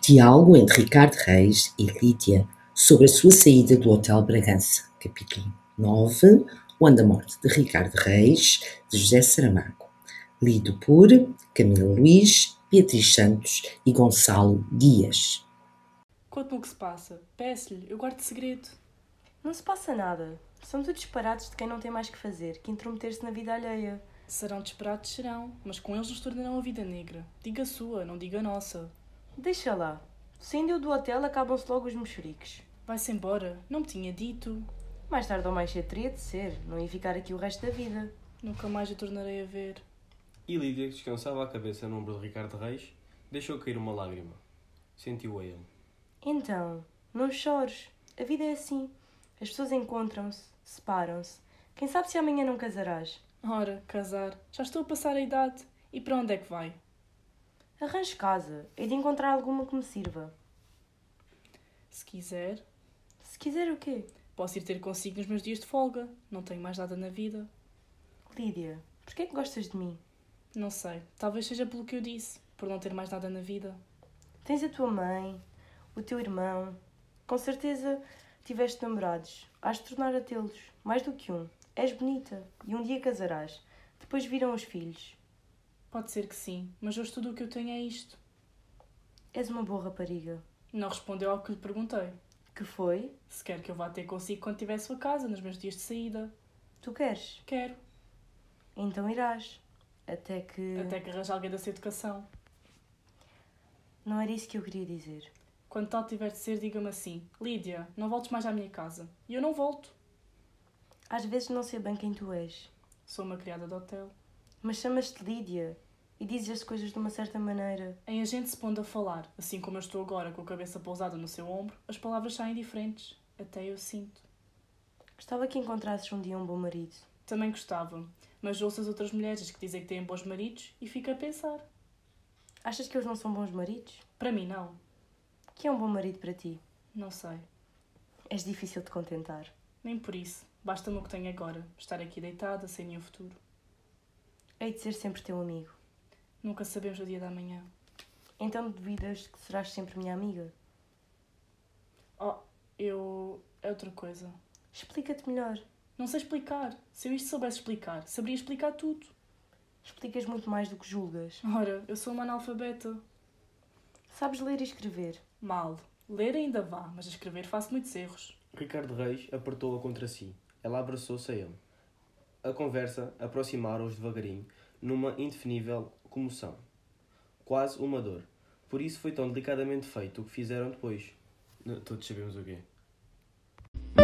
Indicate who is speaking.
Speaker 1: Diálogo entre Ricardo Reis e Lídia sobre a sua saída do Hotel Bragança, capítulo 9, onde a morte de Ricardo Reis, de José Saramago, lido por Camila Luiz, Beatriz Santos e Gonçalo Dias.
Speaker 2: Conte-me o que se passa. Peço-lhe, eu guardo segredo.
Speaker 3: Não se passa nada. São tudo disparados de quem não tem mais que fazer, que intrometer-se na vida alheia.
Speaker 2: Serão disparados, serão, mas com eles nos tornarão a vida negra. Diga a sua, não diga a nossa.
Speaker 3: Deixa lá. Saindo eu do hotel, acabam-se logo os mexeriques.
Speaker 2: Vai-se embora, não me tinha dito.
Speaker 3: Mais tarde ou mais cedo teria de ser, não ia ficar aqui o resto da vida.
Speaker 2: Nunca mais a tornarei a ver.
Speaker 4: E Lídia, que descansava a cabeça no ombro de Ricardo Reis, deixou cair uma lágrima. Sentiu-a ele.
Speaker 3: Então, não chores. A vida é assim. As pessoas encontram-se, separam-se. Quem sabe se amanhã não casarás?
Speaker 2: Ora, casar, já estou a passar a idade. E para onde é que vai?
Speaker 3: Arranjo casa, hei de encontrar alguma que me sirva.
Speaker 2: Se quiser,
Speaker 3: Se quiser o quê?
Speaker 2: posso ir ter consigo nos meus dias de folga. Não tenho mais nada na vida.
Speaker 3: Lídia, porquê é que gostas de mim?
Speaker 2: Não sei, talvez seja pelo que eu disse, por não ter mais nada na vida.
Speaker 3: Tens a tua mãe, o teu irmão. Com certeza tiveste namorados. Hás de tornar a tê-los, mais do que um. És bonita e um dia casarás. Depois virão os filhos.
Speaker 2: Pode ser que sim, mas hoje tudo o que eu tenho é isto.
Speaker 3: És uma boa rapariga.
Speaker 2: Não respondeu ao que lhe perguntei.
Speaker 3: Que foi?
Speaker 2: Se quer que eu vá ter consigo quando tiver sua casa, nos meus dias de saída.
Speaker 3: Tu queres?
Speaker 2: Quero,
Speaker 3: Então irás. Até que.
Speaker 2: até que arranje alguém da sua educação.
Speaker 3: Não era isso que eu queria dizer.
Speaker 2: Quando tal tiver de ser, diga-me assim: Lídia, não voltes mais à minha casa. E eu não volto.
Speaker 3: Às vezes não sei bem quem tu és,
Speaker 2: Sou uma criada de hotel.
Speaker 3: mas chamas-te Lídia e dizes as coisas de uma certa maneira.
Speaker 2: Em a gente se pondo a falar, assim como eu estou agora com a cabeça pousada no seu ombro, as palavras saem diferentes. Até eu sinto.
Speaker 3: Gostava que encontrasses um dia um bom marido.
Speaker 2: Também gostava, mas ouço as outras mulheres que dizem que têm bons maridos e fico a pensar.
Speaker 3: Achas que eles não são bons maridos?
Speaker 2: Para mim, não.
Speaker 3: Que é um bom marido para ti?
Speaker 2: Não sei.
Speaker 3: És difícil de contentar.
Speaker 2: Nem por isso. Basta-me o que tenho agora. Estar aqui deitada, sem nenhum futuro.
Speaker 3: Hei de ser sempre teu amigo.
Speaker 2: Nunca sabemos o dia da manhã.
Speaker 3: Então duvidas que serás sempre minha amiga?
Speaker 2: Oh, eu. É outra coisa.
Speaker 3: Explica-te melhor.
Speaker 2: Não sei explicar. Se eu isto soubesse explicar, saberia explicar tudo.
Speaker 3: Explicas muito mais do que julgas.
Speaker 2: Ora, eu sou uma analfabeta.
Speaker 3: Sabes ler e escrever.
Speaker 2: Mal. Ler ainda vá, mas a escrever faço muitos erros.
Speaker 4: Ricardo Reis apertou-a contra si. Ela abraçou-se a ele. A conversa aproximaram-os devagarinho, numa indefinível comoção. Quase uma dor. Por isso foi tão delicadamente feito o que fizeram depois. Todos sabemos o quê.